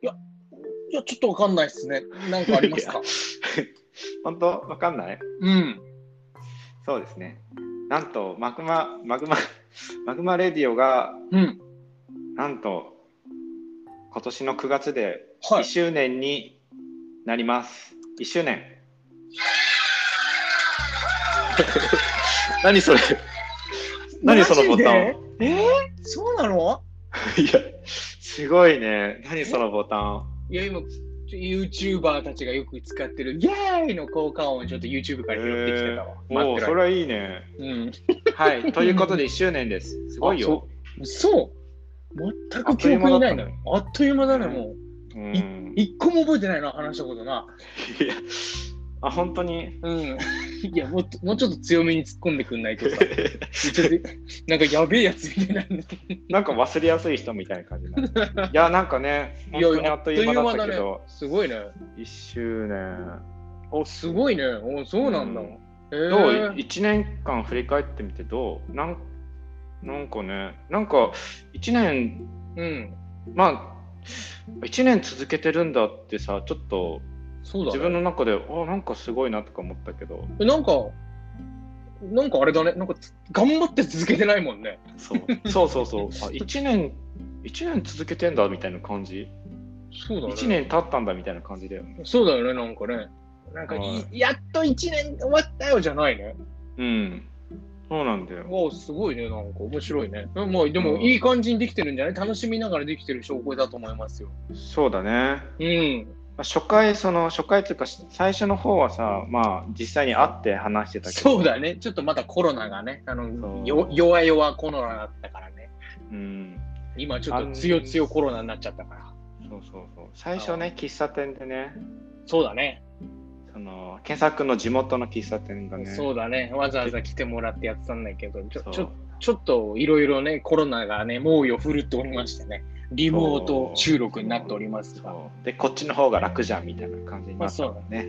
Speaker 2: いや、ちょっとわかんないですね。なんかあります か
Speaker 1: 本当わかんない
Speaker 2: うん。
Speaker 1: そうですね。なんと、マグマ、マグマ、マグマレディオが、
Speaker 2: うん。
Speaker 1: なんと、今年の9月で
Speaker 2: は
Speaker 1: 1
Speaker 2: い。
Speaker 1: 周年になります。1周年。何それ 何そのボタン
Speaker 2: マジでえー、そうなの
Speaker 1: いや、すごいね。何そのボタン。
Speaker 2: いや、今、YouTuber たちがよく使ってる、イェーイの効果音をちょっと YouTube から拾ってきてたわ。
Speaker 1: お
Speaker 2: 待っ
Speaker 1: お、
Speaker 2: て
Speaker 1: それはいいね。
Speaker 2: うん。
Speaker 1: はい、ということで1周年です。すごいよ。
Speaker 2: そう。全く記憶にないのよ。あっという間だね、
Speaker 1: うん
Speaker 2: もう。
Speaker 1: うん、い
Speaker 2: 一個も覚えてないな、話したことな。
Speaker 1: やあ本当に
Speaker 2: うん。いや、もっともうちょっと強めに突っ込んでくんないとさ、ちょっとなんかやべえやつみたいになるんだけど
Speaker 1: なんか忘れやすい人みたいな感じになるいやなんかね本当にあっという間だったけど、
Speaker 2: すごいね。
Speaker 1: 一1周年お
Speaker 2: すごいね。おそうなんだ。
Speaker 1: うん
Speaker 2: え
Speaker 1: どう1年間振り返ってみてどうなんなんかねなんか1年
Speaker 2: うん。
Speaker 1: まあ1年続けてるんだってさちょっと
Speaker 2: そうだ、ね。
Speaker 1: 自分の中で、あなんかすごいなとか思ったけど
Speaker 2: えなんか、なんかあれだね、なんかつ頑張って続けてないもんね。
Speaker 1: そうそうそうそうあ1年一年続けてんだみたいな感じ
Speaker 2: そうだね。
Speaker 1: 1年経ったんだみたいな感じだよね
Speaker 2: そうだよね、なんかね。なんかい、
Speaker 1: は
Speaker 2: やっと1年終わったよじゃないね。
Speaker 1: うんそうなんだよ
Speaker 2: わあ、すごいね、なんか面白いね。うんまあ、で
Speaker 1: う
Speaker 2: も、
Speaker 1: ん
Speaker 2: いい感じにできてるんじゃない楽しみながらできてる証拠だと思いますよ。
Speaker 1: そうだね
Speaker 2: うん。
Speaker 1: まあ初回その初回っていうか最初の方はさまあ実際に会って話してたけど
Speaker 2: そうだね。ちょっとまだコロナがね、
Speaker 1: そ
Speaker 2: あの、
Speaker 1: う
Speaker 2: よ弱々コロナだったからね。
Speaker 1: うん
Speaker 2: 今ちょっと強強コロナになっちゃったから。
Speaker 1: そうそうそう最初ね喫茶店でね
Speaker 2: そうだね。
Speaker 1: その検索の地元の喫茶店がね
Speaker 2: そうだね。わざわざ来てもらってやってたんだけど、ちょ
Speaker 1: そう
Speaker 2: ちょちょっといろいろね、コロナがね、猛威を振るっておりましてね、リモート収録になっておりますが、
Speaker 1: そうでこっちの方が楽じゃんみたいな感じになったもんね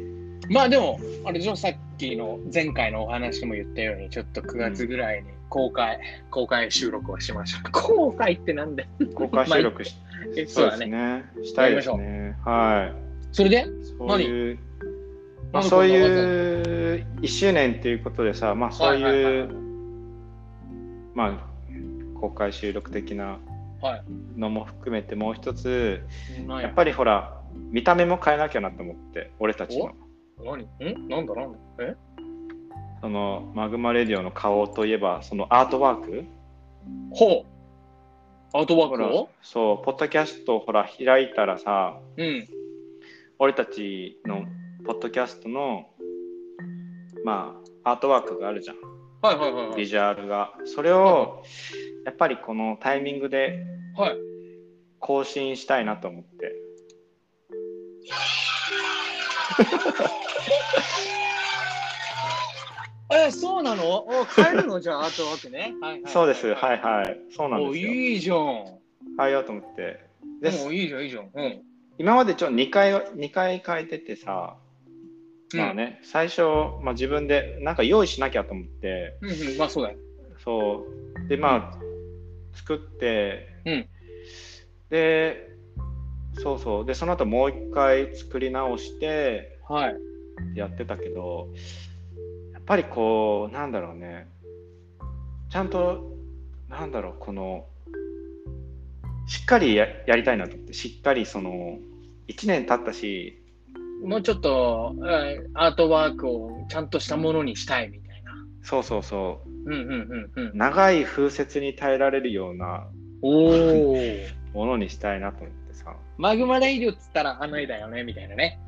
Speaker 2: まあでも、あれでしょ、さっきの前回のお話も言ったように、ちょっと9月ぐらいに公開、公開収録をしましょう。公開ってなんだよ。
Speaker 1: 公開収録し
Speaker 2: え
Speaker 1: そ
Speaker 2: そうう
Speaker 1: で
Speaker 2: だ
Speaker 1: す
Speaker 2: ね。
Speaker 1: ね。したいですね。は
Speaker 2: それで
Speaker 1: い。そういう、まあ、
Speaker 2: 何
Speaker 1: そういう1周年っていうことでさ、まあ、そういう、
Speaker 2: はいはいはい
Speaker 1: まあ、公開収録的な
Speaker 2: はい
Speaker 1: のも含めて、もう一つ、
Speaker 2: 何
Speaker 1: やっぱりほら、見た目も変えなきゃなと思って、俺たちの。
Speaker 2: 何んなんだなんだえ
Speaker 1: そのマグマレディオの顔といえば、そのアートワーク
Speaker 2: ほう。アートワー
Speaker 1: ほ
Speaker 2: ク
Speaker 1: ら
Speaker 2: を、
Speaker 1: そう、ポッドキャストほら、開いたらさ、
Speaker 2: うん。
Speaker 1: 俺たちのポッドキャストの、まあ、アートワークがあるじゃん。
Speaker 2: はいはいはい、は
Speaker 1: ビ
Speaker 2: い。
Speaker 1: ジュアルがそれをやっぱりこのタイミングで
Speaker 2: はい
Speaker 1: 更新したいなと思って
Speaker 2: えそうなのお帰るのじゃあ、あとわけね。はいはい。
Speaker 1: そうですはいいはいそうなん
Speaker 2: お
Speaker 1: ですよ
Speaker 2: いいじゃん。も
Speaker 1: 変えようと思ってで
Speaker 2: ういいじゃん、いいじゃん。うん。
Speaker 1: 今までちょ2回二回変えててさまあ。ね最初、まあ、自分でなんか用意しなきゃと思って
Speaker 2: うん、うん、まあそうだよ。
Speaker 1: そうでまあ作って、
Speaker 2: うん
Speaker 1: でそうそうでその後もう一回作り直して
Speaker 2: はい。
Speaker 1: やってたけどやっぱりこうなんだろうねちゃんとなんだろうこのしっかりややりたいなと思ってしっかりその1年経ったし
Speaker 2: もうちょっと、えーアートワークをちゃんとしたものにしたいみたいな。
Speaker 1: そうそうそう
Speaker 2: うんうんうんうん。
Speaker 1: 長い風雪に耐えられるような
Speaker 2: おお。
Speaker 1: ものにしたいなと思ってさ
Speaker 2: マグマレイリュっつったらあの絵だよねみたいなね。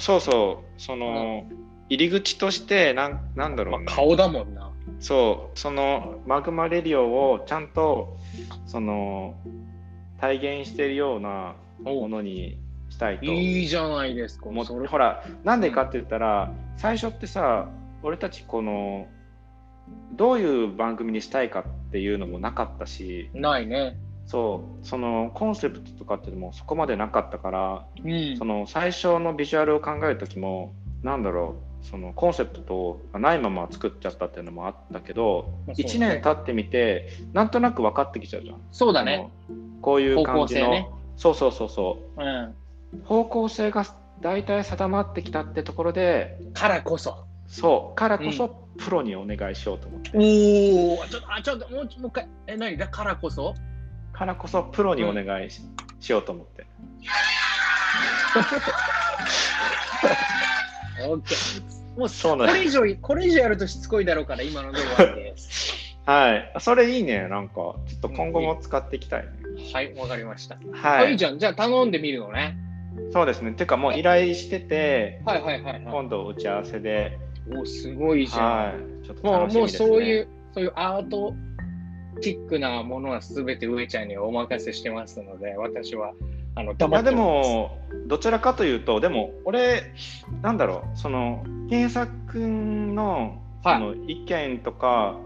Speaker 1: そうそうその入り口としてなんなんだろ
Speaker 2: ま
Speaker 1: う
Speaker 2: あ
Speaker 1: ね、
Speaker 2: 顔だもんな。
Speaker 1: そうそのマグマレディオをちゃんとその体現しているようなも
Speaker 2: お
Speaker 1: のにしたいと
Speaker 2: いいじゃないですか。
Speaker 1: 思って
Speaker 2: それ
Speaker 1: ほらなんでかって言ったら最初ってさ俺たちこのどういう番組にしたいかっていうのもなかったし
Speaker 2: ないね。
Speaker 1: そうそのコンセプトとかっていうのもそこまでなかったから
Speaker 2: うん
Speaker 1: そ。の最初のビジュアルを考える時もなんだろうそのコンセプトがないまま作っちゃったっていうのもあったけど、
Speaker 2: まあそうだ
Speaker 1: 1
Speaker 2: ね
Speaker 1: 年経ってみてなんとなく分かってきちゃうじゃん。
Speaker 2: そうだね。
Speaker 1: あのこういう感じの、
Speaker 2: 方向性ね
Speaker 1: そうそうそうそ
Speaker 2: うん。
Speaker 1: う方向性が大体定まってきたってところで
Speaker 2: からこそ。
Speaker 1: そうからこそプロにお願いしようと思って、
Speaker 2: おお。ちょっと、あ、ちょっと、もう、もう一回。え、何だからこそ
Speaker 1: からこそプロにお願いし,、しようと思って
Speaker 2: オッケー。もう
Speaker 1: そう
Speaker 2: こ
Speaker 1: なん
Speaker 2: れ以上い、これ以上やるとしつこいだろうから、今ので終わりです。
Speaker 1: はいそれいいねなんかちょっと今後も使っていきたいね、
Speaker 2: はい、わかりました。
Speaker 1: はい
Speaker 2: あいいじゃん。じゃあ頼んでみるのね。
Speaker 1: そうですねていうかもう依頼してて
Speaker 2: はいはいはいはい。
Speaker 1: 今度打ち合わせで、
Speaker 2: おすごいじゃん。
Speaker 1: はい、ちょっと
Speaker 2: も
Speaker 1: 楽
Speaker 2: う、
Speaker 1: しみで
Speaker 2: もう
Speaker 1: すね。
Speaker 2: そういう、そういうアートチックなものはすべて上ちゃんにお任せしてますので、私はあの
Speaker 1: ま
Speaker 2: 黙
Speaker 1: あ
Speaker 2: って
Speaker 1: でもどちらかというとでも俺なんだろうその検索君の
Speaker 2: はい
Speaker 1: その意見とか、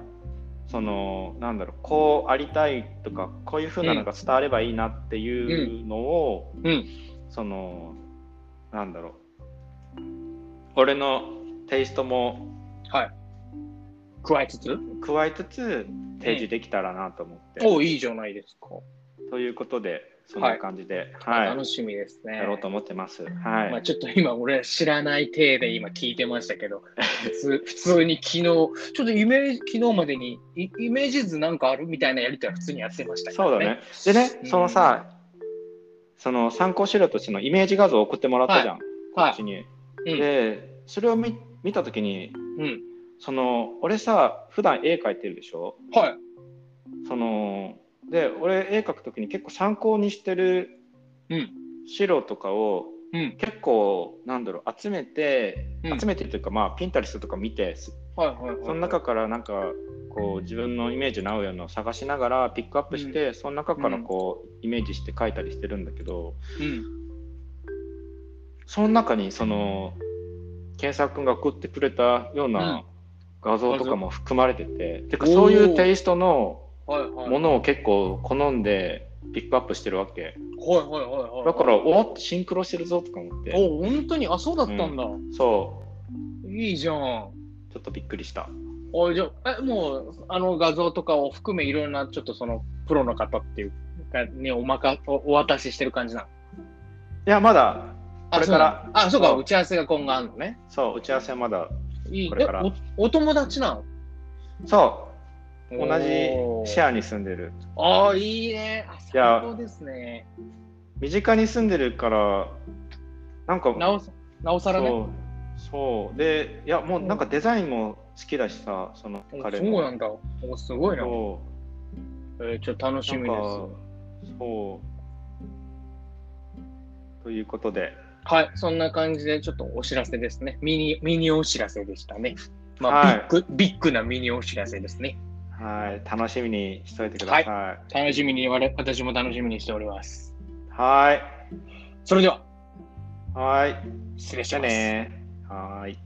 Speaker 1: そのなんだろうこうありたいとかこういうふうなのが伝わればいいなっていうのを、
Speaker 2: うんうん
Speaker 1: そのなんだろう俺のテイストも
Speaker 2: 加えつつ
Speaker 1: 加えつつ提示できたらなと思って、
Speaker 2: おいいじゃないですか、
Speaker 1: ということでそんな感じで、はい
Speaker 2: 楽しみですね
Speaker 1: やろうと思ってます。はい、
Speaker 2: まあ、ちょっと今俺知らない体で今聞いてまし たけど普通普通に昨日ちょっとイメージ昨日までにイイメージ図なんかあるみたいなやりとりは普通にやってましたから
Speaker 1: そうだね。でね
Speaker 2: う、ん
Speaker 1: そのさ、その参考資料としてのイメージ画像を送ってもらったじゃん、
Speaker 2: は
Speaker 1: うちに。
Speaker 2: い、うん
Speaker 1: で、それを見見たときに、
Speaker 2: うん、
Speaker 1: その俺さ、普段絵描いてるでしょ
Speaker 2: はい
Speaker 1: そので、俺絵描くときに結構参考にしてる
Speaker 2: うん
Speaker 1: 資料とかを
Speaker 2: うん
Speaker 1: 結構、なんだろう、集めて、
Speaker 2: うん
Speaker 1: 集めてというか、まあ、ピンタリストとか見て、す
Speaker 2: はいはいはい
Speaker 1: その中からなんか、こう自分のイメージに合うようなのを探しながらピックアップして、その中からこうイメージして描いたりしてるんだけど、
Speaker 2: うん
Speaker 1: その中にその健作君が送ってくれたよう
Speaker 2: うん
Speaker 1: な画像とかも含まれてて、てか
Speaker 2: おー
Speaker 1: そういうテイストの
Speaker 2: はいはい
Speaker 1: ものを結構好んでピックアップしてるわけ
Speaker 2: はいはいはいはい
Speaker 1: だからおシンクロしてるぞとか思って
Speaker 2: お本当にあそうだったんだ、
Speaker 1: そ
Speaker 2: いいじゃん
Speaker 1: うちょっとびっくりした
Speaker 2: おいじゃあえもうあの画像とかを含めいろんなちょっとそのプロの方っていうかにおまかおお渡ししてる感じなの
Speaker 1: いやまだ
Speaker 2: あ
Speaker 1: これから
Speaker 2: そうなのあそうか
Speaker 1: そう
Speaker 2: 打ち合わせが今後あるのね
Speaker 1: そう打ち合わせはまだ
Speaker 2: いい
Speaker 1: これから
Speaker 2: えおお友達なの
Speaker 1: そう同じシェ
Speaker 2: ア
Speaker 1: アに住んでる
Speaker 2: ああいいねあ
Speaker 1: いや
Speaker 2: 最高ですね
Speaker 1: 身近に住んでるからなんか
Speaker 2: なおさなおさらね
Speaker 1: そうそうでいやもうなんかデザインも好きだしさその
Speaker 2: お
Speaker 1: 彼
Speaker 2: そ
Speaker 1: も
Speaker 2: うなんだおすごいな、
Speaker 1: そ
Speaker 2: えーちょっと楽
Speaker 1: う
Speaker 2: しみで
Speaker 1: なん
Speaker 2: す
Speaker 1: かそうということで
Speaker 2: はいそんな感じでちょっとお知らせですねミニミニお知らせでしたねまあ、
Speaker 1: はい
Speaker 2: ビッグビッグなミニお知らせですね
Speaker 1: はい楽しみにしておいてくださいは
Speaker 2: 楽しみに我々私も楽しみにしております
Speaker 1: ー
Speaker 2: それではい
Speaker 1: はーい
Speaker 2: 失礼し
Speaker 1: じゃ
Speaker 2: ま
Speaker 1: あ
Speaker 2: す
Speaker 1: ねーはーい